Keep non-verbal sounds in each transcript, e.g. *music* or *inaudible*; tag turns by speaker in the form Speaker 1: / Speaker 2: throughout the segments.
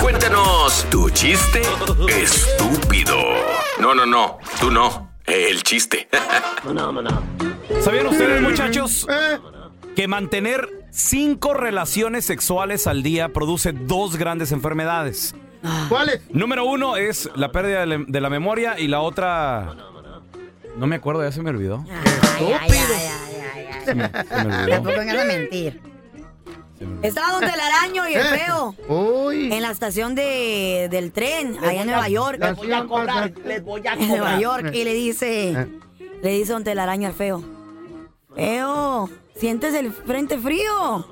Speaker 1: Cuéntanos tu chiste estúpido. No, no, no. Tú no. El chiste.
Speaker 2: ¿Sabían ustedes, muchachos, que mantener cinco relaciones sexuales al día produce dos grandes enfermedades?
Speaker 3: ¿Cuáles?
Speaker 2: Número uno es la pérdida de la- de la memoria y la otra... No me acuerdo, ya se me olvidó. Se me- se me olvidó.
Speaker 4: Tampoco vengas a mentir. Estaba donde el araño y el
Speaker 3: Eh,
Speaker 4: feo. En la estación de, del tren, allá en Nueva York.
Speaker 3: Les voy a cobrar, les
Speaker 4: voy a En Nueva York. Y le
Speaker 3: Eh.
Speaker 4: dice, le dice don telaraño al feo. Feo, ¿sientes el frente frío?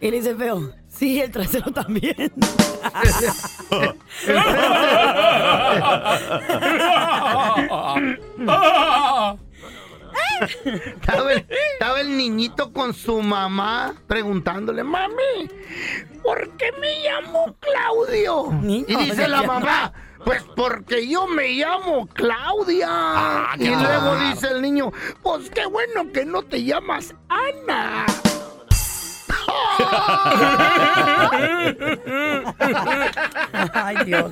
Speaker 4: Y le dice el feo, sí, el trasero
Speaker 3: *laughs*
Speaker 4: también. *laughs*
Speaker 3: Estaba el, estaba el niñito con su mamá preguntándole, mami, ¿por qué me llamo Claudio? Y dice la mamá, pues porque yo me llamo Claudia. y luego dice el niño, pues qué bueno que no te llamas Ana.
Speaker 4: Ay, Dios.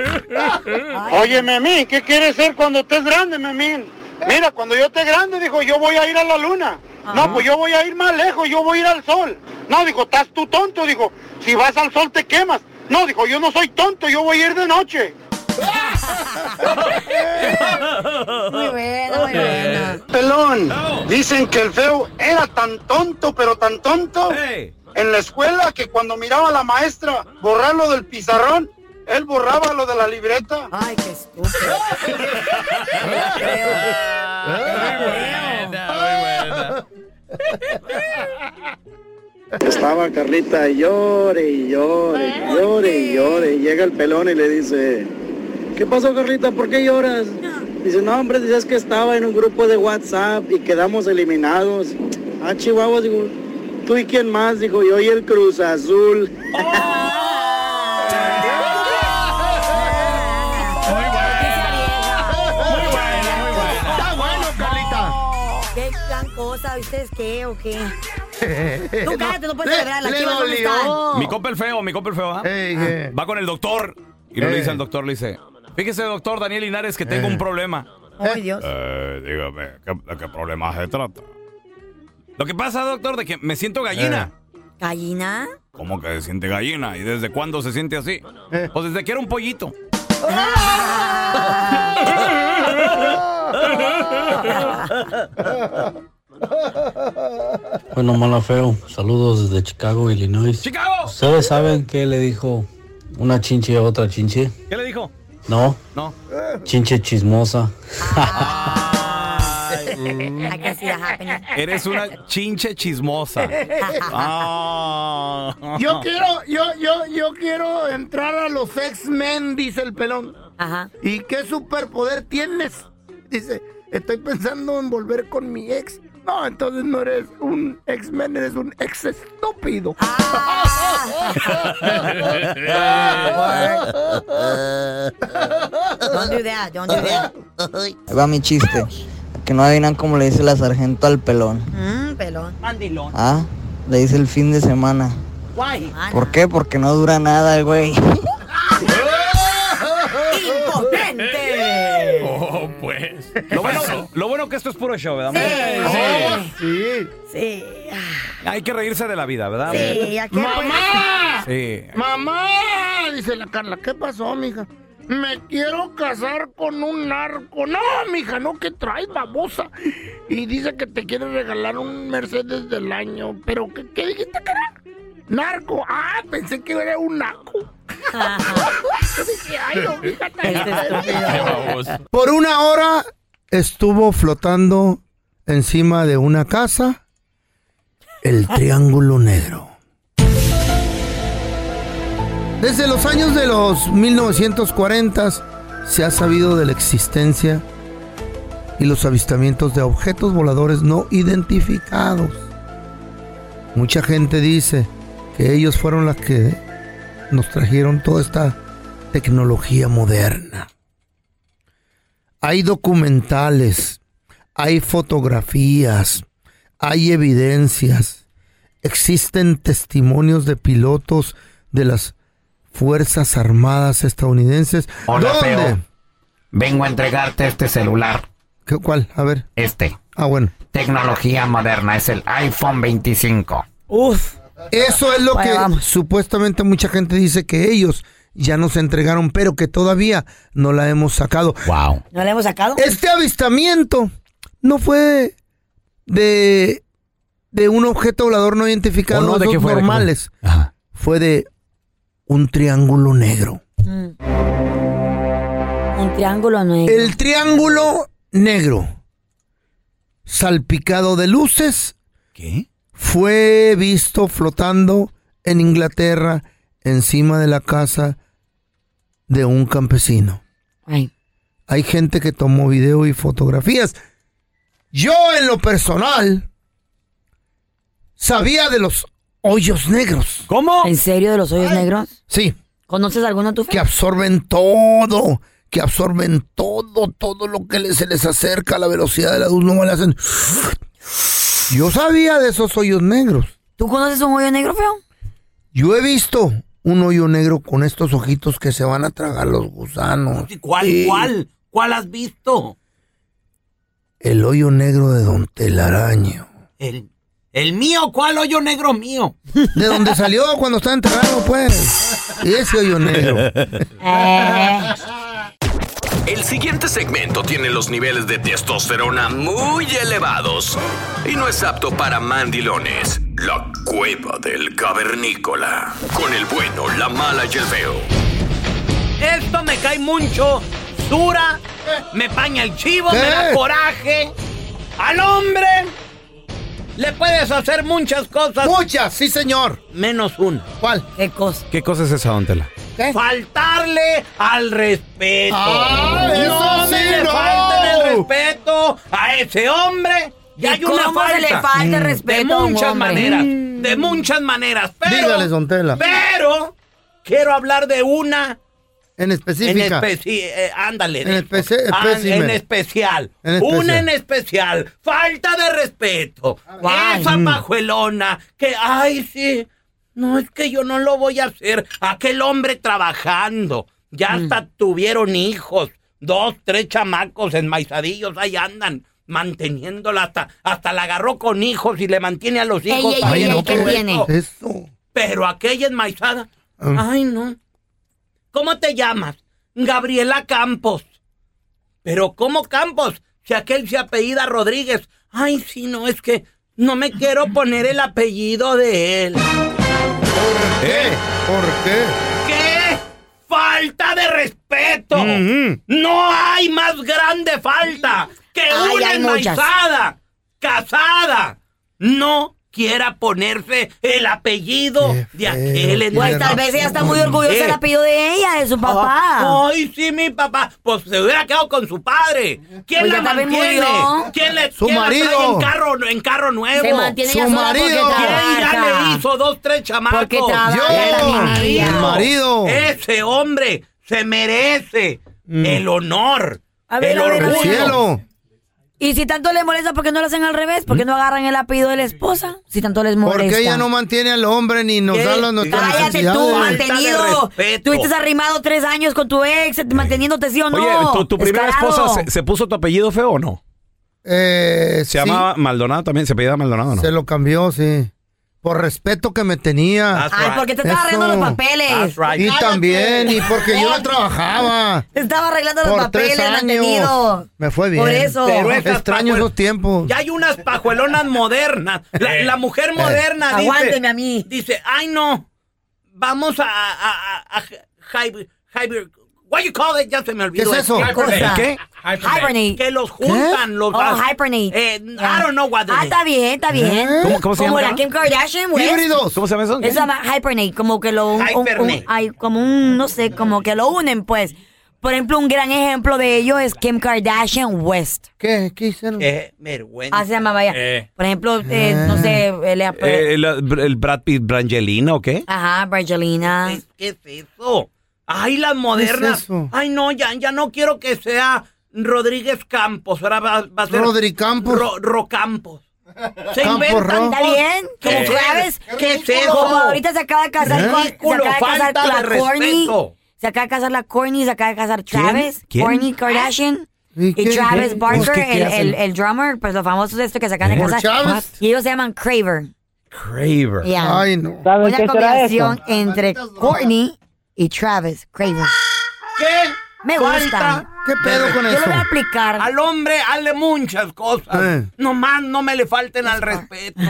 Speaker 5: Oye, Memín, ¿qué quieres ser cuando estés grande, Memín? Mira, cuando yo esté grande, dijo, yo voy a ir a la luna. No, pues yo voy a ir más lejos, yo voy a ir al sol. No, dijo, estás tú tonto, dijo, si vas al sol te quemas. No, dijo, yo no soy tonto, yo voy a ir de noche.
Speaker 4: Muy buena, muy buena.
Speaker 5: Pelón, dicen que el feo era tan tonto, pero tan tonto
Speaker 2: Ey.
Speaker 5: en la escuela que cuando miraba a la maestra borrarlo del pizarrón, él borraba lo de la libreta.
Speaker 4: Ay, qué estúpido.
Speaker 3: *laughs*
Speaker 5: Estaba Carlita llore y llore, llore y llore. Y llega el pelón y le dice, ¿qué pasó Carlita? ¿Por qué lloras? Dice, no hombre, dice, es que estaba en un grupo de WhatsApp y quedamos eliminados. Ah, Chihuahua, digo, ¿tú y quién más? Dijo, yo y el Cruz Azul.
Speaker 3: Está bueno, Carlita. Eh.
Speaker 4: ¿Qué gran cosa? ¿Ustedes qué o qué? Tú cállate, no puedes
Speaker 3: Le-
Speaker 4: celebrar. Las
Speaker 3: le
Speaker 4: chivas dónde están.
Speaker 3: dolió.
Speaker 2: Mi copa el feo, mi copa el feo, ¿ah?
Speaker 3: Ey, eh.
Speaker 2: Va con el doctor y luego le
Speaker 3: Eh.
Speaker 2: dice al doctor, le dice, fíjese doctor Daniel Linares que tengo un problema.
Speaker 4: Ay, Dios.
Speaker 2: Eh. dígame, ¿de qué problema se trata? Lo que pasa, doctor, de que me siento gallina.
Speaker 4: ¿Gallina?
Speaker 2: Eh. ¿Cómo que se siente gallina? ¿Y desde cuándo se siente así?
Speaker 3: Eh.
Speaker 2: Pues desde que era un pollito.
Speaker 6: Bueno, mala feo. Saludos desde Chicago, Illinois.
Speaker 2: ¡Chicago!
Speaker 6: ¿Ustedes saben qué le dijo una chinche a otra chinche?
Speaker 2: ¿Qué le dijo?
Speaker 6: No,
Speaker 2: No. Ah.
Speaker 6: chinche chismosa.
Speaker 4: I can see that happening.
Speaker 2: Eres una chinche *laughs* chismosa. Ah. *laughs*
Speaker 3: Yo quiero, yo, yo, yo quiero entrar a los X-Men, dice el pelón.
Speaker 4: Ajá.
Speaker 3: ¿Y qué superpoder tienes? Dice, estoy pensando en volver con mi ex
Speaker 7: No, entonces no eres un X-Men, eres un
Speaker 3: *laughs*
Speaker 7: ex estúpido.
Speaker 4: Don't do that, don't do that.
Speaker 8: Ahí va mi chiste. Que no adivinan cómo le dice la sargento al pelón.
Speaker 4: Mm, pelón.
Speaker 8: Ah, le dice el fin de semana. ¿Por qué? Porque no dura nada el güey.
Speaker 4: ¡Impotente!
Speaker 9: Oh, pues.
Speaker 2: Lo bueno, lo bueno que esto es puro show, ¿verdad?
Speaker 7: Sí.
Speaker 4: Sí.
Speaker 2: Hay que reírse de la vida, ¿verdad?
Speaker 4: Sí, ya que.
Speaker 3: Ah.
Speaker 7: ¡Mamá!
Speaker 2: Sí.
Speaker 7: ¡Mamá! Dice la Carla, ¿qué pasó, mija? Me quiero casar con un narco. No, mija, no, que traes babosa. Y dice que te quiere regalar un Mercedes del año. ¿Pero qué, qué dijiste que era? Narco. Ah, pensé que era un narco. Yo dije, ay, no, mija, Por una hora estuvo flotando encima de una casa el Triángulo Negro. Desde los años de los 1940 se ha sabido de la existencia y los avistamientos de objetos voladores no identificados. Mucha gente dice que ellos fueron las que nos trajeron toda esta tecnología moderna. Hay documentales, hay fotografías, hay evidencias, existen testimonios de pilotos de las Fuerzas Armadas estadounidenses.
Speaker 3: Hola,
Speaker 7: ¿Dónde?
Speaker 3: feo. Vengo a entregarte este celular.
Speaker 7: ¿Qué- ¿Cuál? A ver.
Speaker 3: Este.
Speaker 7: Ah, bueno.
Speaker 3: Tecnología moderna. Es el iPhone 25.
Speaker 4: Uf.
Speaker 7: Eso es lo
Speaker 4: Ahí
Speaker 7: que
Speaker 4: vamos.
Speaker 7: supuestamente mucha gente dice que ellos ya nos entregaron, pero que todavía no la hemos sacado.
Speaker 3: Wow.
Speaker 4: ¿No la hemos sacado?
Speaker 7: Este avistamiento no fue de, de un objeto volador no identificado,
Speaker 2: ¿O no? ¿De
Speaker 7: esos
Speaker 2: qué fue? ¿De qué fue?
Speaker 7: normales.
Speaker 2: Ajá.
Speaker 7: Fue de un triángulo negro.
Speaker 4: Mm. Un triángulo no es.
Speaker 7: El triángulo negro, salpicado de luces,
Speaker 2: ¿Qué?
Speaker 7: fue visto flotando en Inglaterra encima de la casa de un campesino.
Speaker 4: Ay.
Speaker 7: Hay gente que tomó video y fotografías. Yo en lo personal sabía de los hoyos negros.
Speaker 2: ¿Cómo?
Speaker 4: ¿En serio de los hoyos negros?
Speaker 7: Sí,
Speaker 4: ¿Conoces alguno tú?
Speaker 7: que absorben todo, que absorben todo, todo lo que le- se les acerca a la velocidad de la luz, no le hacen. Yo sabía de esos hoyos negros.
Speaker 4: ¿Tú conoces un hoyo negro, feo?
Speaker 7: Yo he visto un hoyo negro con estos ojitos que se van a tragar los gusanos.
Speaker 9: ¿Cuál,
Speaker 7: Sí.
Speaker 9: *laughs* cuál? ¿Cuál has visto?
Speaker 7: El hoyo negro de Don Telaraño.
Speaker 9: El, el mío, ¿cuál hoyo negro mío?
Speaker 7: De donde salió cuando estaba enterrado, pues. Ese hoyo
Speaker 4: *laughs*
Speaker 7: negro.
Speaker 1: El siguiente segmento tiene los niveles de testosterona muy elevados y no es apto para mandilones. La cueva del cavernícola. Con el bueno, la mala y el feo.
Speaker 9: Esto me cae mucho. Dura, me paña el chivo,
Speaker 7: ¿Qué?
Speaker 9: me da coraje. Al hombre le puedes hacer muchas cosas,
Speaker 7: Muchas, sí, señor.
Speaker 9: menos una.
Speaker 7: ¿Cuál?
Speaker 4: ¿Qué cosa?
Speaker 2: ¿Qué cosa es esa, don Tela?
Speaker 9: Faltarle al respeto.
Speaker 7: Ah,
Speaker 9: no
Speaker 7: eso
Speaker 9: me
Speaker 7: sí,
Speaker 9: le
Speaker 7: no.
Speaker 9: falten el respeto a ese hombre. Y hay una
Speaker 4: ¿Cómo se
Speaker 9: falta.
Speaker 4: le falta el Este respeto?
Speaker 9: Mm. de
Speaker 4: a un
Speaker 9: muchas
Speaker 4: hombre? Mm.
Speaker 9: maneras, de muchas maneras, pero
Speaker 7: Dígales, don Tela.
Speaker 9: Pero quiero hablar de una
Speaker 7: En
Speaker 9: en
Speaker 7: específica.
Speaker 9: especi eh, ándale,
Speaker 7: En
Speaker 9: de-
Speaker 7: especi-
Speaker 9: ah,
Speaker 7: espécimen.
Speaker 9: en especial,
Speaker 7: En especial.
Speaker 9: una en especial, falta de respeto,
Speaker 4: Ay.
Speaker 9: esa
Speaker 7: Mm.
Speaker 9: pajuelona que ay sí, no es que yo no lo voy a hacer, aquel hombre trabajando, ya
Speaker 7: Mm.
Speaker 9: hasta tuvieron hijos, dos, tres chamacos enmaizadillos, ahí andan manteniéndola hasta hasta la agarró con hijos y le mantiene a los
Speaker 4: Ey,
Speaker 9: hijos
Speaker 4: ey,
Speaker 9: también.
Speaker 7: Oye,
Speaker 4: ey,
Speaker 7: no,
Speaker 4: ¿qué
Speaker 7: pero-
Speaker 4: tiene?
Speaker 7: Eso.
Speaker 9: Pero aquella enmaizada.
Speaker 7: Mm.
Speaker 9: Ay, no. ¿Cómo te llamas? Gabriela Campos. Pero ¿cómo Campos? Si aquel se apellida Rodríguez. Ay, sí, no, es que no me quiero poner el apellido de él.
Speaker 7: ¿Qué? ¿Por qué?
Speaker 9: ¿Qué? ¡Falta de respeto! No hay más grande falta que
Speaker 4: Ay,
Speaker 9: una
Speaker 4: hay muchas.
Speaker 9: enmaizada casada. No quiera ponerse el apellido de aquel
Speaker 4: Pues tal vez ella está muy orgullosa del apellido de ella,
Speaker 3: Ah,
Speaker 4: de su papá.
Speaker 9: Eh, Ay, sí, mi papá. Pues se hubiera quedado con su padre. ¿Quién
Speaker 4: Pues ya
Speaker 9: la
Speaker 4: también
Speaker 9: mantiene?
Speaker 4: murió.
Speaker 9: ¿Quién le
Speaker 4: Su
Speaker 9: quién la trae
Speaker 4: marido.
Speaker 9: en carro, en carro nuevo?
Speaker 4: Se mantiene Su ella sola porque marido.
Speaker 9: ¿Quién ya
Speaker 4: trabaja.
Speaker 9: le hizo dos, tres chamacos?
Speaker 4: Porque trabaja Yo. la niña. El marido. Mm.
Speaker 9: Ese hombre se merece el honor,
Speaker 4: A ver,
Speaker 9: el
Speaker 4: a ver, a ver.
Speaker 9: orgullo.
Speaker 4: Y si tanto les molesta, ¿por qué no lo hacen al revés? ¿Por qué no agarran el apellido de la esposa? Si tanto les molesta.
Speaker 3: ¿Mm? Porque ella no mantiene al hombre ni nos
Speaker 4: ¿Qué?
Speaker 3: da las nuestras
Speaker 4: Cállate tú,
Speaker 3: necesidades.
Speaker 4: mantenido. Tuviste arrimado tres años con tu ex,
Speaker 3: Eh.
Speaker 4: manteniéndote sí o no.
Speaker 2: Oye, Eh, ¿tu, tu primera
Speaker 4: Descarado.
Speaker 2: esposa se, se puso tu apellido feo o no? Ah,
Speaker 3: Eh,
Speaker 2: se llamaba Maldonado también, se apellidaba Maldonado, o ¿no?
Speaker 3: Se lo cambió, sí. Por respeto que me tenía.
Speaker 2: That's Ay, right. porque te estaba
Speaker 3: Eso.
Speaker 4: arreglando los papeles. That's right.
Speaker 3: Y
Speaker 4: Cállate.
Speaker 3: también, y porque
Speaker 4: *laughs*
Speaker 3: yo no trabajaba.
Speaker 4: Te Estaba arreglando los
Speaker 3: Por
Speaker 4: papeles,
Speaker 3: tres años.
Speaker 4: mantenido.
Speaker 3: Me fue bien.
Speaker 4: Por eso.
Speaker 3: Pero
Speaker 9: esas
Speaker 3: extraño
Speaker 9: pajuel-
Speaker 3: esos tiempos.
Speaker 9: Ya hay unas pajuelonas modernas. La, la mujer moderna dice.
Speaker 4: Aguánteme a mí.
Speaker 9: Dice, ay no, vamos a, a, a, a hibernate. What you call it? Ya se me olvidó.
Speaker 4: ¿Qué es eso? ¿Qué cosa? ¿Qué? Hibernate.
Speaker 9: Que los juntan, los
Speaker 4: Oh,
Speaker 9: vas-
Speaker 4: hibernate.
Speaker 9: Eh,
Speaker 4: Yeah.
Speaker 9: I don't know what it
Speaker 4: Ah,
Speaker 9: is. ¿Eh?
Speaker 4: está bien, está bien.
Speaker 2: ¿Cómo- cómo se
Speaker 4: como
Speaker 2: llama?
Speaker 4: la Kim Kardashian, güey.
Speaker 2: Híbridos. ¿Cómo se llama eso?
Speaker 4: Eso se llama hibernate, como que lo... un- un- un-
Speaker 2: Hibernate.
Speaker 4: ay, como un, no sé, como que lo unen, pues. Por ejemplo, un gran ejemplo de ello es Kim Kardashian West.
Speaker 3: ¿Qué? ¿Qué hicieron?
Speaker 9: Qué vergüenza.
Speaker 4: Ah, se llamaba ella.
Speaker 2: Eh.
Speaker 4: Por ejemplo, eh, no sé, eh, le-
Speaker 2: Eh, el, el Brad Pitt, Brangelina o qué?
Speaker 4: Ajá, Brangelina.
Speaker 9: ¿Qué es eso? Ay, las modernas. Ay, no, ya, ya no quiero que sea Rodríguez Campos. Ahora va, va a ser.
Speaker 3: Rodri Campos.
Speaker 9: Ro, Ro Campos.
Speaker 4: ¿Eh?
Speaker 9: Se
Speaker 3: Campos
Speaker 9: inventan.
Speaker 3: Ro.
Speaker 4: Está bien, como
Speaker 9: ¿Qué?
Speaker 4: sabes,
Speaker 9: ¿Qué es eso?
Speaker 4: Como ahorita se acaba de casar,
Speaker 9: ¿Eh?
Speaker 4: con-
Speaker 9: Ridículo,
Speaker 4: se acaba de casar
Speaker 9: falta de
Speaker 4: la Corny,
Speaker 9: respeto.
Speaker 4: se acaba de casar la Corny, se acaba de casar
Speaker 9: ¿Quién?
Speaker 4: Travis,
Speaker 9: ¿Quién?
Speaker 4: Corny Kardashian.
Speaker 3: Ah. ¿Y
Speaker 4: Y,
Speaker 3: quién?
Speaker 4: Travis
Speaker 3: ¿Qué?
Speaker 4: Barker,
Speaker 3: Pues, ¿qué- qué
Speaker 4: el,
Speaker 3: hacen?
Speaker 4: el- el drummer, pues los famosos de estos que se acaban de
Speaker 3: ¿Por
Speaker 4: casar.
Speaker 3: Travis?
Speaker 4: Y ellos se llaman Craver.
Speaker 2: Craver.
Speaker 4: Yeah.
Speaker 3: Ay, no.
Speaker 4: Una combinación entre Corny y Travis Craver.
Speaker 9: ¿Qué?
Speaker 4: Me gusta.
Speaker 3: ¿Qué pedo con
Speaker 4: Yo lo
Speaker 3: eso?
Speaker 4: voy a aplicar.
Speaker 9: Al hombre, hazle muchas cosas.
Speaker 3: Eh.
Speaker 9: Nomás no me le falten al respeto.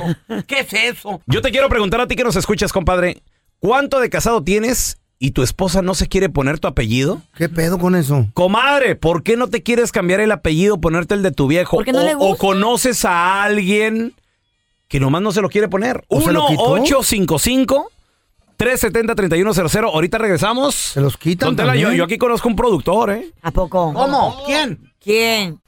Speaker 9: ¿Qué es eso?
Speaker 2: Yo te quiero preguntar a ti que nos escuchas, compadre. ¿Cuánto de casado tienes y tu esposa no se quiere poner tu apellido?
Speaker 3: ¿Qué pedo con eso?
Speaker 2: Comadre, ¿por qué no te quieres cambiar el apellido, ponerte el de tu viejo?
Speaker 4: Porque no
Speaker 2: o,
Speaker 4: le gusta.
Speaker 2: o conoces a alguien que nomás no se lo quiere poner.
Speaker 3: ¿O se lo quitó?
Speaker 2: 1-855. 370-3100. Ahorita regresamos. Se
Speaker 3: los quitan
Speaker 2: yo,
Speaker 3: también.
Speaker 2: yo aquí conozco un productor, ¿eh?
Speaker 4: ¿A poco?
Speaker 9: ¿Cómo? ¿Quién?
Speaker 4: ¿Quién?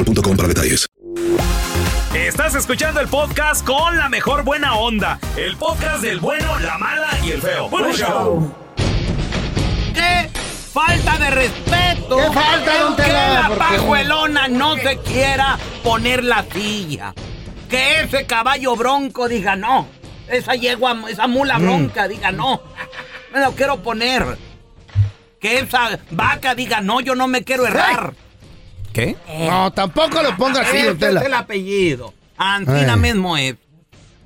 Speaker 10: para detalles.
Speaker 2: Estás escuchando el podcast con la mejor buena onda. El podcast del bueno, la mala y el feo. Bueno, show.
Speaker 9: ¿Qué? Falta de respeto.
Speaker 3: ¿Qué falta, don
Speaker 9: Que
Speaker 3: Tela?
Speaker 9: la
Speaker 3: ¿Por qué?
Speaker 9: pajuelona no se quiera poner la silla. Que ese caballo bronco diga no. Esa yegua, esa mula
Speaker 3: Mm.
Speaker 9: bronca diga no. Me lo quiero poner. Que esa vaca diga no, yo no me quiero errar.
Speaker 2: ¿Qué?
Speaker 3: No, tampoco lo ponga así,
Speaker 9: Ese
Speaker 3: don Tela.
Speaker 9: Este es el apellido. Antina
Speaker 3: Ay.
Speaker 9: mismo es.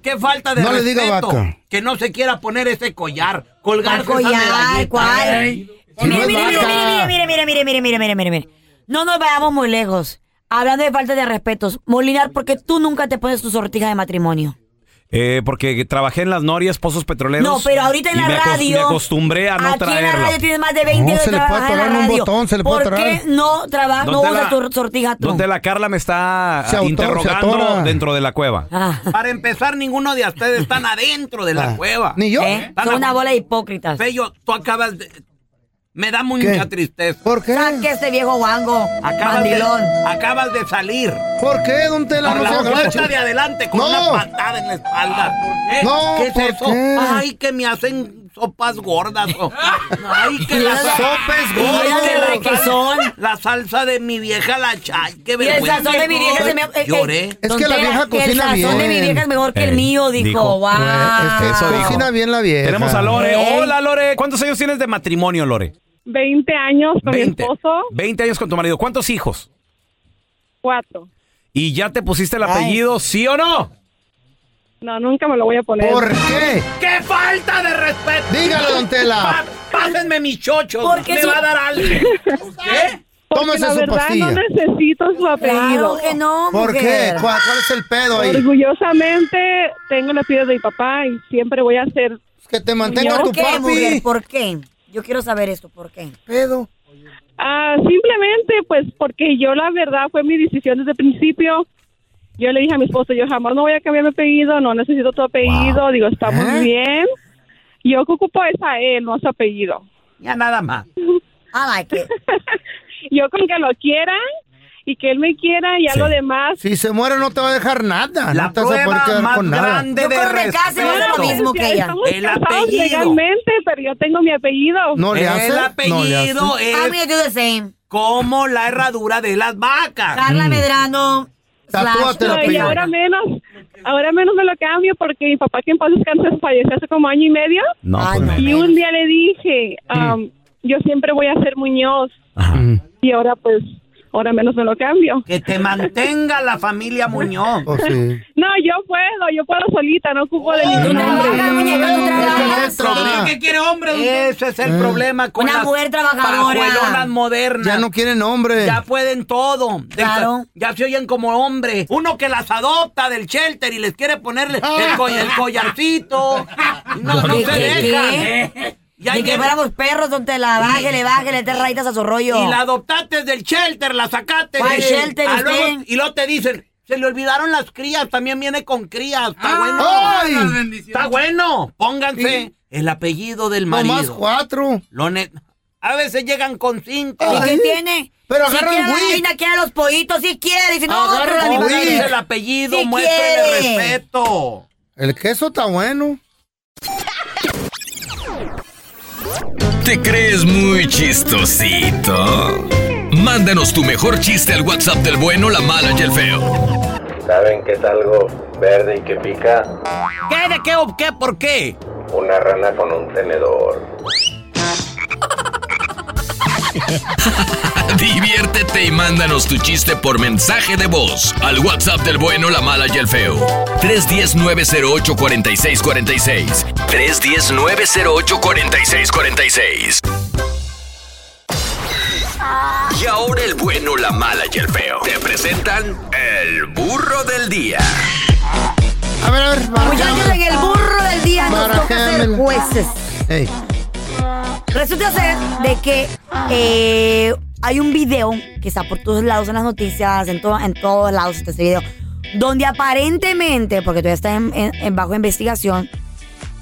Speaker 9: Qué falta de
Speaker 3: No le
Speaker 9: respeto.
Speaker 3: diga vaca.
Speaker 9: Que no se quiera poner ese collar. Colgar
Speaker 4: Marco ya, ¿cuál?
Speaker 9: Ay.
Speaker 3: Si no
Speaker 4: Mire,
Speaker 3: es
Speaker 4: mire, mire,
Speaker 3: vaca.
Speaker 4: mire, mire, mire, mire, mire, mire, mire, mire. No nos vayamos muy lejos. Hablando de falta de respetos, Molinar, ¿por qué tú nunca te pones tu sortija de matrimonio?
Speaker 2: Eh, porque trabajé en las norias, pozos petroleros.
Speaker 4: No, pero ahorita en
Speaker 2: y
Speaker 4: la
Speaker 2: me acos-
Speaker 4: radio,
Speaker 2: Me acostumbré a no
Speaker 4: Aquí en la
Speaker 2: traerla.
Speaker 4: radio tienes más de 20
Speaker 2: No,
Speaker 4: años
Speaker 2: se le puede
Speaker 4: trabajando en la
Speaker 2: atorar un
Speaker 4: radio.
Speaker 2: botón, se le puede
Speaker 4: ¿Por
Speaker 2: atorar.
Speaker 4: qué no, traba, no
Speaker 2: ¿Dónde
Speaker 4: usas
Speaker 2: la-
Speaker 4: tu sortigato?
Speaker 2: Donde la Carla me está
Speaker 9: Se auto- se
Speaker 2: interrogando
Speaker 9: atora.
Speaker 2: dentro de la cueva.
Speaker 9: Ah. Para empezar, ninguno de ustedes están adentro de la
Speaker 2: Ah,
Speaker 9: cueva.
Speaker 2: ni yo.
Speaker 4: ¿Eh? Son una bola de hipócritas.
Speaker 9: Fello, tú acabas de... Me da mucha tristeza.
Speaker 3: ¿Por qué?
Speaker 4: Saque este viejo guango,
Speaker 9: Acabas de,
Speaker 4: mandilón.
Speaker 9: acabas de salir.
Speaker 3: ¿Por qué, don Tela?
Speaker 9: Por
Speaker 3: No
Speaker 9: la
Speaker 3: sea
Speaker 9: puerta
Speaker 3: gacho.
Speaker 9: de adelante con
Speaker 3: No.
Speaker 9: una patada en la
Speaker 4: Ah,
Speaker 9: espalda. ¿Eh?
Speaker 3: No,
Speaker 9: ¿Qué es
Speaker 3: ¿por
Speaker 9: eso?
Speaker 3: qué?
Speaker 9: Ay, que me hacen sopas gordas. o- Ay, que
Speaker 4: Y
Speaker 9: las
Speaker 4: esas-
Speaker 9: sopas
Speaker 4: y esas
Speaker 9: gordas.
Speaker 4: de requesón.
Speaker 9: La salsa de mi vieja la chay. Qué
Speaker 4: Y el
Speaker 9: vergüenza.
Speaker 4: sazón de mi vieja se me... eh, eh,
Speaker 9: Lloré.
Speaker 4: don Tela, El sazón de mi vieja es mejor que el
Speaker 2: Eh,
Speaker 4: mío, dijo.
Speaker 2: dijo.
Speaker 4: Wow.
Speaker 3: Pues, Cocina bien la vieja.
Speaker 2: Tenemos a Lore.
Speaker 4: Ey.
Speaker 2: Hola, Lore. ¿Cuántos años tienes de matrimonio, Lore?
Speaker 11: 20 años con mi
Speaker 2: 20.
Speaker 11: esposo,
Speaker 2: 20 años con tu marido. ¿Cuántos hijos?
Speaker 11: cuatro.
Speaker 2: ¿Y ya te pusiste el apellido, sí o no?
Speaker 11: No, nunca me lo voy a poner.
Speaker 2: ¿Por qué?
Speaker 9: ¡Qué falta de respeto!
Speaker 3: Dígalo, don Tela.
Speaker 9: Pa- pásenme mi chocho.
Speaker 11: Porque
Speaker 9: me
Speaker 11: si-
Speaker 9: va a dar algo.
Speaker 4: *laughs*
Speaker 9: ¿Qué?
Speaker 11: Porque
Speaker 3: Tómese
Speaker 11: la
Speaker 3: su
Speaker 11: verdad
Speaker 3: pastilla.
Speaker 11: no necesito su apellido.
Speaker 4: Claro que no,
Speaker 3: ¿Por qué?
Speaker 4: mujer.
Speaker 3: ¿Cuál, cuál es el pedo ahí?
Speaker 11: Orgullosamente tengo el apellido de mi papá y siempre voy a ser...
Speaker 3: Que te
Speaker 4: ¿Por qué, mujer? ¿Por qué? Yo quiero saber esto, ¿por qué?
Speaker 3: Pedo.
Speaker 11: Ah, simplemente, pues, porque yo la verdad fue mi decisión desde el principio. Yo le dije a mi esposo, yo jamás no voy a cambiar mi apellido, no necesito tu apellido, digo, estamos
Speaker 3: ¿Eh?
Speaker 11: bien. Yo que ocupo es a él, no a su apellido.
Speaker 9: Ya nada
Speaker 11: *laughs*
Speaker 9: más. Ah,
Speaker 4: I like it.
Speaker 11: Yo con que lo quiera y que él me quiera y a lo demás.
Speaker 3: Si se muere no te va a dejar nada.
Speaker 9: La
Speaker 3: no te vas a poder
Speaker 9: prueba
Speaker 3: quedar
Speaker 9: más
Speaker 3: con nada.
Speaker 9: grande
Speaker 4: Yo
Speaker 9: de
Speaker 4: cuando me case voy a hacer lo
Speaker 9: respeto.
Speaker 4: mismo que ella.
Speaker 11: Estamos
Speaker 9: El
Speaker 11: casados
Speaker 9: apellido.
Speaker 11: legalmente, pero yo tengo mi apellido.
Speaker 3: No le hace.
Speaker 9: El
Speaker 3: No le hace.
Speaker 9: apellido
Speaker 4: I'm
Speaker 9: es
Speaker 4: gonna do Ah, the same.
Speaker 9: como la herradura de las vacas.
Speaker 4: Carla Medrano. slash
Speaker 3: Tatúate el
Speaker 11: No, y
Speaker 3: apellido.
Speaker 11: ahora menos, ahora menos me lo cambio porque mi papá que en paz descanse falleció hace como año y medio.
Speaker 2: No,
Speaker 4: Ay,
Speaker 2: pues
Speaker 4: no.
Speaker 2: no.
Speaker 11: Y un día le dije, am, yo siempre voy a ser Muñoz. Y ahora pues, ahora menos me lo cambio.
Speaker 9: Que te mantenga la familia Muñoz.
Speaker 3: Oh, sí.
Speaker 11: No, yo puedo, yo puedo solita, no ocupo de
Speaker 4: Tú
Speaker 11: ningún
Speaker 4: trabajas,
Speaker 11: hombre.
Speaker 4: muñeca, tú trabajas.
Speaker 3: Trabaja.
Speaker 9: quiere hombre? Ese es el problema con
Speaker 4: Una
Speaker 9: las
Speaker 4: mujer trabajadora.
Speaker 9: pajuelonas modernas.
Speaker 3: Ya no quieren hombre.
Speaker 9: Ya pueden todo. De-
Speaker 4: Claro.
Speaker 9: Ya se oyen como hombre. Uno que las adopta del shelter y les quiere ponerle el, co- el collarcito. No, no
Speaker 4: ¿Qué,
Speaker 9: se
Speaker 4: qué,
Speaker 9: dejan. ¿eh? Y hay
Speaker 4: Ni que
Speaker 9: que-
Speaker 4: fuéramos perros, don Tela. Bájele, bájele, te rayitas a su rollo.
Speaker 9: Y la adoptaste del shelter, la sacaste.
Speaker 4: ¿Cuál
Speaker 9: Eh,
Speaker 4: shelter,
Speaker 9: ah, luego-
Speaker 4: usted?
Speaker 9: y luego te dicen, se le olvidaron las crías, también viene con crías. Está
Speaker 4: Ah,
Speaker 9: bueno.
Speaker 3: ¡Ay!
Speaker 9: Está bueno. Pónganse el apellido del
Speaker 3: Nomás
Speaker 9: marido.
Speaker 3: cuatro.
Speaker 9: Lo ne- a veces llegan con cinco.
Speaker 4: ¿Y qué
Speaker 3: Ay,
Speaker 4: tiene?
Speaker 3: pero
Speaker 4: si
Speaker 3: agarra
Speaker 4: quiere
Speaker 3: el
Speaker 4: la
Speaker 3: güey.
Speaker 4: gallina, quiere los pollitos, si quiere. Y si no, otro
Speaker 3: Agarra el
Speaker 4: animal.
Speaker 3: güey.
Speaker 9: Pónganse el apellido,
Speaker 4: Sí
Speaker 9: muéstrenle
Speaker 4: quiere.
Speaker 9: respeto.
Speaker 3: El queso está bueno.
Speaker 1: ¿Te crees muy chistosito? Mándanos tu mejor chiste al WhatsApp del bueno, la mala y el feo.
Speaker 12: ¿Saben que es algo verde y que pica?
Speaker 9: ¿Qué, de qué o qué, por qué?
Speaker 12: Una rana con un tenedor.
Speaker 1: *laughs* Diviértete y mándanos tu chiste por mensaje de voz al WhatsApp del bueno, la mala y el feo. 310-908-4646. 310-908-4646. Y ahora el bueno, la mala y el feo. Te presentan el burro del día.
Speaker 3: A ver, a ver.
Speaker 4: Muchachos, en el burro del día nos
Speaker 3: Para
Speaker 4: toca
Speaker 3: que
Speaker 4: ser
Speaker 3: me-
Speaker 4: jueces.
Speaker 3: Ey,
Speaker 4: Resulta ser de que eh, hay un video que está por todos lados en las noticias, en, to- en todos lados está este video, donde aparentemente, porque todavía está en, en- en bajo investigación,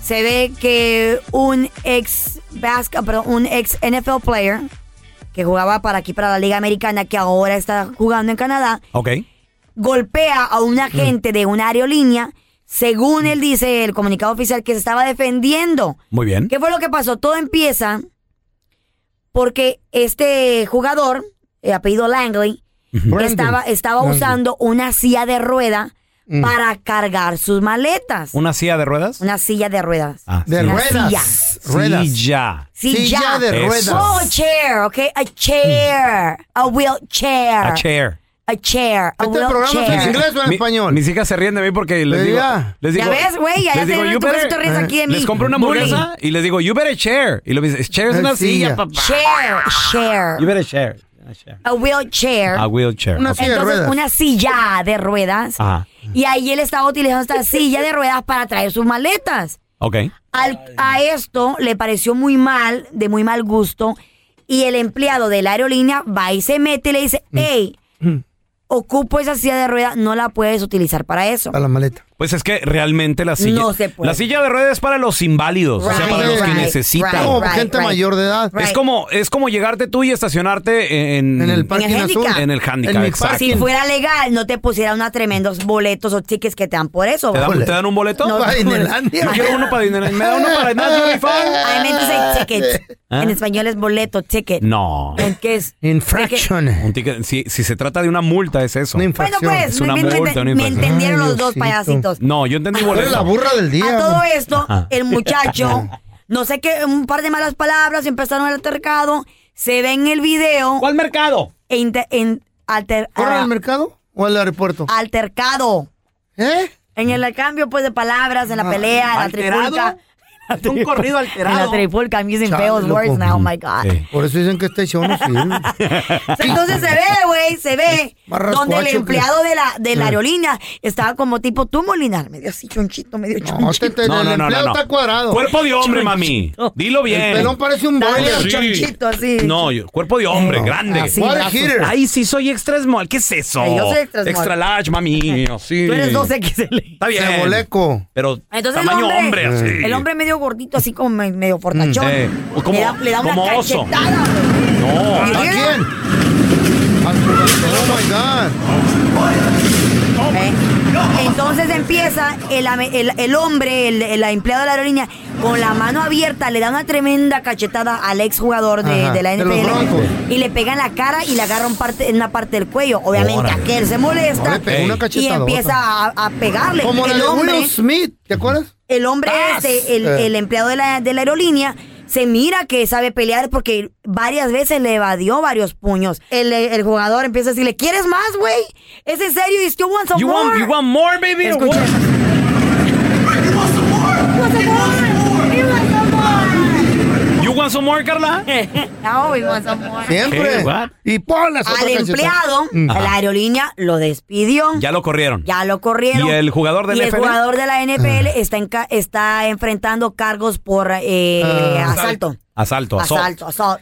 Speaker 4: se ve que un ex basca- perdón, un ex NFL player que jugaba para aquí para la Liga Americana, que ahora está jugando en Canadá,
Speaker 2: Ok.
Speaker 4: golpea a un agente de una aerolínea, según él dice el comunicado oficial que se estaba defendiendo.
Speaker 2: Muy bien.
Speaker 4: ¿Qué fue lo que pasó? Todo empieza porque este jugador, eh, apellido Langley,
Speaker 3: Brandon
Speaker 4: estaba, estaba
Speaker 3: Langley. Mm.
Speaker 4: usando una silla de rueda para cargar sus maletas.
Speaker 2: ¿Una silla de ruedas?
Speaker 4: Una silla de ruedas.
Speaker 2: Ah,
Speaker 3: De
Speaker 4: Una
Speaker 3: ruedas. Ruedas.
Speaker 2: Silla.
Speaker 4: Silla.
Speaker 3: Silla de
Speaker 2: Eso.
Speaker 3: ruedas.
Speaker 4: Oh, a chair, ok? A chair. A wheelchair.
Speaker 2: A chair.
Speaker 4: A chair. A
Speaker 3: ¿Este programa es en
Speaker 4: wheelchair.
Speaker 3: inglés o en
Speaker 2: Mi-
Speaker 3: español?
Speaker 2: Mis hijas se ríen de mí porque les
Speaker 3: Sí,
Speaker 2: digo.
Speaker 3: ya.
Speaker 2: Les
Speaker 4: ¿Ya
Speaker 2: digo
Speaker 4: ves, güey?
Speaker 2: les
Speaker 4: Ya, ya
Speaker 2: digo,
Speaker 4: te
Speaker 2: "You
Speaker 4: tú por eso
Speaker 2: better-"
Speaker 4: te ríes aquí de mí.
Speaker 2: Les compro una hamburguesa y les digo, you better share. Y lo me dice, share es
Speaker 3: Es
Speaker 2: una silla,
Speaker 3: silla.
Speaker 2: papá.
Speaker 4: Share, share.
Speaker 2: You better share.
Speaker 4: a wheelchair.
Speaker 2: A wheelchair, Una ok. silla de
Speaker 4: Entonces,
Speaker 2: ruedas.
Speaker 4: una silla de ruedas.
Speaker 2: Ajá.
Speaker 4: Y ahí él estaba utilizando esta silla de ruedas para traer sus maletas.
Speaker 2: Ok.
Speaker 4: Al- a esto le pareció muy mal, de muy mal gusto, y el empleado de la aerolínea va y se mete y le dice, hey, ocupo esa silla de ruedas, no la puedes utilizar para eso.
Speaker 3: la maleta.
Speaker 2: Pues es que realmente la silla.
Speaker 4: No se puede.
Speaker 2: La silla de ruedas es para los inválidos, o sea,
Speaker 3: Right,
Speaker 2: para los que
Speaker 3: right,
Speaker 2: necesitan.
Speaker 3: right, No, gente right, mayor de edad.
Speaker 2: Es como, es como llegarte tú y estacionarte en,
Speaker 3: el parking
Speaker 4: En el azul. handicap.
Speaker 2: En el handicap,
Speaker 3: En mi
Speaker 2: exacto.
Speaker 4: Si fuera legal, no te pusieran unos tremendos boletos o tickets que te dan por eso.
Speaker 2: ¿Te dan,
Speaker 4: ¿verdad?
Speaker 2: te dan un boleto?
Speaker 4: No, no,
Speaker 2: Yo quiero uno para Disneylandia. ¿Me da uno para Disneylandia?
Speaker 4: I meant to say ticket.
Speaker 2: ¿Ah?
Speaker 4: En español es boleto, ticket.
Speaker 2: No.
Speaker 4: ¿En qué es?
Speaker 2: Infraction. Un ticket, si, si se trata de una multa, es eso. Una
Speaker 4: Bueno, pues,
Speaker 2: es una
Speaker 4: me, me-
Speaker 2: multa, una
Speaker 4: me
Speaker 2: infracción.
Speaker 4: entendieron los dos payasitos.
Speaker 2: No, yo entendí
Speaker 4: Tú
Speaker 2: boleto.
Speaker 4: eres la burra
Speaker 3: del
Speaker 4: A todo esto,
Speaker 2: Ajá.
Speaker 3: *laughs*
Speaker 4: el muchacho, no sé qué, un par de malas palabras, empezaron el altercado, se ve en el video. E
Speaker 2: ¿Cuál mercado?
Speaker 3: ¿Fueron al mercado o al aeropuerto?
Speaker 4: Altercado.
Speaker 3: ¿Eh? Ah,
Speaker 4: En el cambio, pues, de palabras, en la pelea, en la
Speaker 3: ¿Alterado?
Speaker 4: trifulca.
Speaker 3: Es un corrido alterado.
Speaker 4: *laughs* En la trifulca, I'm using
Speaker 3: Chale,
Speaker 4: failed words
Speaker 3: loco.
Speaker 4: *laughs* now, oh my God.
Speaker 3: Por eso dicen que este show no sirve.
Speaker 4: *laughs* Entonces se ve, güey, se ve.
Speaker 3: Más rascuacho
Speaker 4: Donde el
Speaker 3: que-
Speaker 4: empleado de la, de la
Speaker 3: Eh.
Speaker 4: aerolínea estaba como tipo tú, Molinar. Medio así, chonchito, medio chonchito.
Speaker 3: te- el empleado está cuadrado.
Speaker 2: *laughs* Cuerpo de hombre, mami. Dilo bien.
Speaker 3: El pelón parece un
Speaker 4: Dale,
Speaker 3: boiler.
Speaker 2: Sí.
Speaker 4: chonchito, así.
Speaker 2: No, yo- cuerpo de hombre, grande.
Speaker 3: así, What a brazos. hitter.
Speaker 2: Ay, sí, soy extra small. ¿Qué es eso?
Speaker 4: Ay, yo soy extra small.
Speaker 2: Extra large,
Speaker 4: *laughs*
Speaker 2: mami. Sí.
Speaker 4: Tú eres 2XL.
Speaker 2: Está bien.
Speaker 3: Ceboleco.
Speaker 2: Pero
Speaker 4: Entonces
Speaker 2: tamaño
Speaker 4: el hombre,
Speaker 2: hombre, así.
Speaker 4: el hombre medio gordito, así como me- medio fortachón.
Speaker 2: Eh, o como-
Speaker 4: le da, le da una
Speaker 2: como oso. Oh.
Speaker 4: cachetada.
Speaker 2: No.
Speaker 3: ¿A quién? Al jugador, Oh
Speaker 4: ¿eh? Entonces empieza el, ame- el- el hombre, el, el empleado de la aerolínea, con la mano abierta, le da una tremenda cachetada al exjugador de,
Speaker 3: Ajá,
Speaker 4: de la
Speaker 3: de los Broncos.
Speaker 4: NFL y le pega en la cara y le agarra un parte, en una parte del cuello. Obviamente
Speaker 3: Órale.
Speaker 4: aquel se
Speaker 3: No,
Speaker 4: molesta
Speaker 3: le pegó una
Speaker 4: y
Speaker 3: cachetadota.
Speaker 4: empieza a, a
Speaker 3: my
Speaker 4: pegarle.
Speaker 3: God. Como la
Speaker 4: el
Speaker 3: de
Speaker 4: hombre,
Speaker 3: Will Smith, ¿te acuerdas?
Speaker 4: El hombre este, el,
Speaker 3: Eh.
Speaker 4: el empleado de la, de la aerolínea, se mira que sabe pelear porque varias veces le evadió varios puños. El, el jugador empieza a decirle, ¿quieres más, güey? ¿Es en serio? ¿Y still want some
Speaker 2: You
Speaker 4: more?
Speaker 2: want, you want more, baby? or
Speaker 4: Escucha.
Speaker 2: what? You want some more,
Speaker 4: *laughs*
Speaker 2: Carla?
Speaker 4: No, Oh, we want some more.
Speaker 2: Siempre. What?
Speaker 3: Y ponlas
Speaker 4: Al empleado,
Speaker 2: Mm.
Speaker 4: a la
Speaker 2: Ajá.
Speaker 4: aerolínea lo despidió.
Speaker 2: Ya lo corrieron.
Speaker 4: Ya lo corrieron.
Speaker 2: ¿Y el jugador del
Speaker 4: Y el
Speaker 2: NFL?
Speaker 4: jugador de
Speaker 2: Ah.
Speaker 4: la NFL está, en ca- está enfrentando cargos por eh,
Speaker 2: Ah.
Speaker 4: asalto.
Speaker 2: Asalto, assault.
Speaker 4: Asalto, assault.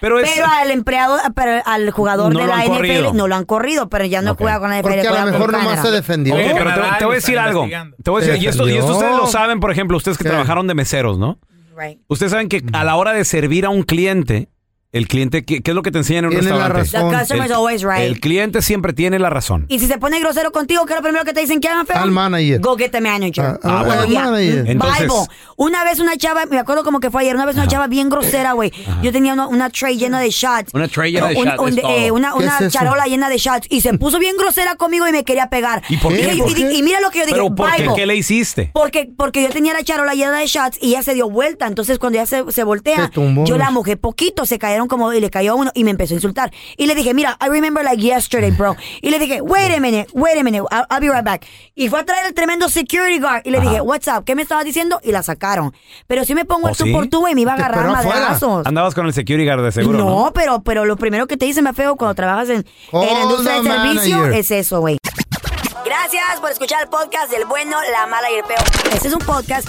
Speaker 2: Pero es-
Speaker 4: al empleado, pero al jugador
Speaker 2: No
Speaker 4: de
Speaker 2: lo
Speaker 4: la
Speaker 2: han
Speaker 4: NFL
Speaker 2: corrido.
Speaker 4: no lo han corrido, pero ya no juega con la NFL.
Speaker 3: Porque a
Speaker 4: juega
Speaker 3: lo
Speaker 4: con
Speaker 3: mejor nomás
Speaker 4: Canadá.
Speaker 3: se defendió.
Speaker 2: Ok, pero te, te voy a decir
Speaker 3: Están
Speaker 2: algo.
Speaker 3: investigando.
Speaker 2: Te voy a
Speaker 3: Se
Speaker 2: decir, y esto, y esto
Speaker 3: defendió.
Speaker 2: ustedes lo saben, por ejemplo, ustedes que trabajaron de meseros, ¿no?
Speaker 4: Right.
Speaker 2: Ustedes saben que a la hora de servir a un cliente, el cliente, ¿qué, qué es lo que te enseñan en un
Speaker 4: Tiene la
Speaker 2: restaurante?
Speaker 4: razón. The customer is
Speaker 2: El-
Speaker 4: always right.
Speaker 2: el cliente siempre tiene la razón.
Speaker 4: Y si se pone grosero contigo, ¿qué es lo primero que te dicen que hagan, feo?
Speaker 2: Al manager.
Speaker 4: Go get the manager.
Speaker 2: ah,
Speaker 4: Oh,
Speaker 2: bueno.
Speaker 4: yeah.
Speaker 2: Manager. Entonces-
Speaker 4: Bible. Una vez una chava, me acuerdo como que fue ayer, una vez una chava bien grosera, güey. Yo tenía una, una tray llena de shots.
Speaker 2: Una tray llena de
Speaker 4: Un-
Speaker 2: shots,
Speaker 4: un-
Speaker 2: es
Speaker 4: eh,
Speaker 2: todo.
Speaker 4: una
Speaker 2: ¿Qué
Speaker 4: una
Speaker 2: es eso?
Speaker 4: charola llena de shots. Y se puso bien grosera conmigo y me quería pegar.
Speaker 2: ¿Y por qué?
Speaker 4: Y, y- y mira lo que yo dije,
Speaker 2: ¿Pero por qué?
Speaker 4: Bible.
Speaker 2: ¿Qué le hiciste?
Speaker 4: Porque, porque yo tenía la charola llena de shots y ella se dio vuelta. Entonces, cuando ella se, se voltea,
Speaker 2: Te tumbó
Speaker 4: yo
Speaker 2: los-
Speaker 4: la mojé poquito. Se cayeron como y le cayó uno y me empezó a insultar. Y le dije, mira, I remember like yesterday, bro. Y le dije, wait a minute, wait a minute, I'll, I'll be right back. Y fue a traer el tremendo security guard. Y le
Speaker 2: Ajá.
Speaker 4: dije, what's up, ¿qué me estabas diciendo? Y la sacaron. Pero si me pongo
Speaker 2: ¿Oh,
Speaker 4: el tú
Speaker 2: sí?
Speaker 4: por tú, güey, me iba a agarrar
Speaker 2: Pero afuera.
Speaker 4: madrazos.
Speaker 2: Andabas con el security guard de seguro, ¿no?
Speaker 4: No, pero, pero lo primero que te dicen, me feo, cuando trabajas en, en la industria de
Speaker 2: Call the
Speaker 4: servicio
Speaker 2: manager.
Speaker 4: es eso, güey. Gracias por escuchar el podcast del bueno, la mala y el peo. Este es un podcast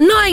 Speaker 13: No hay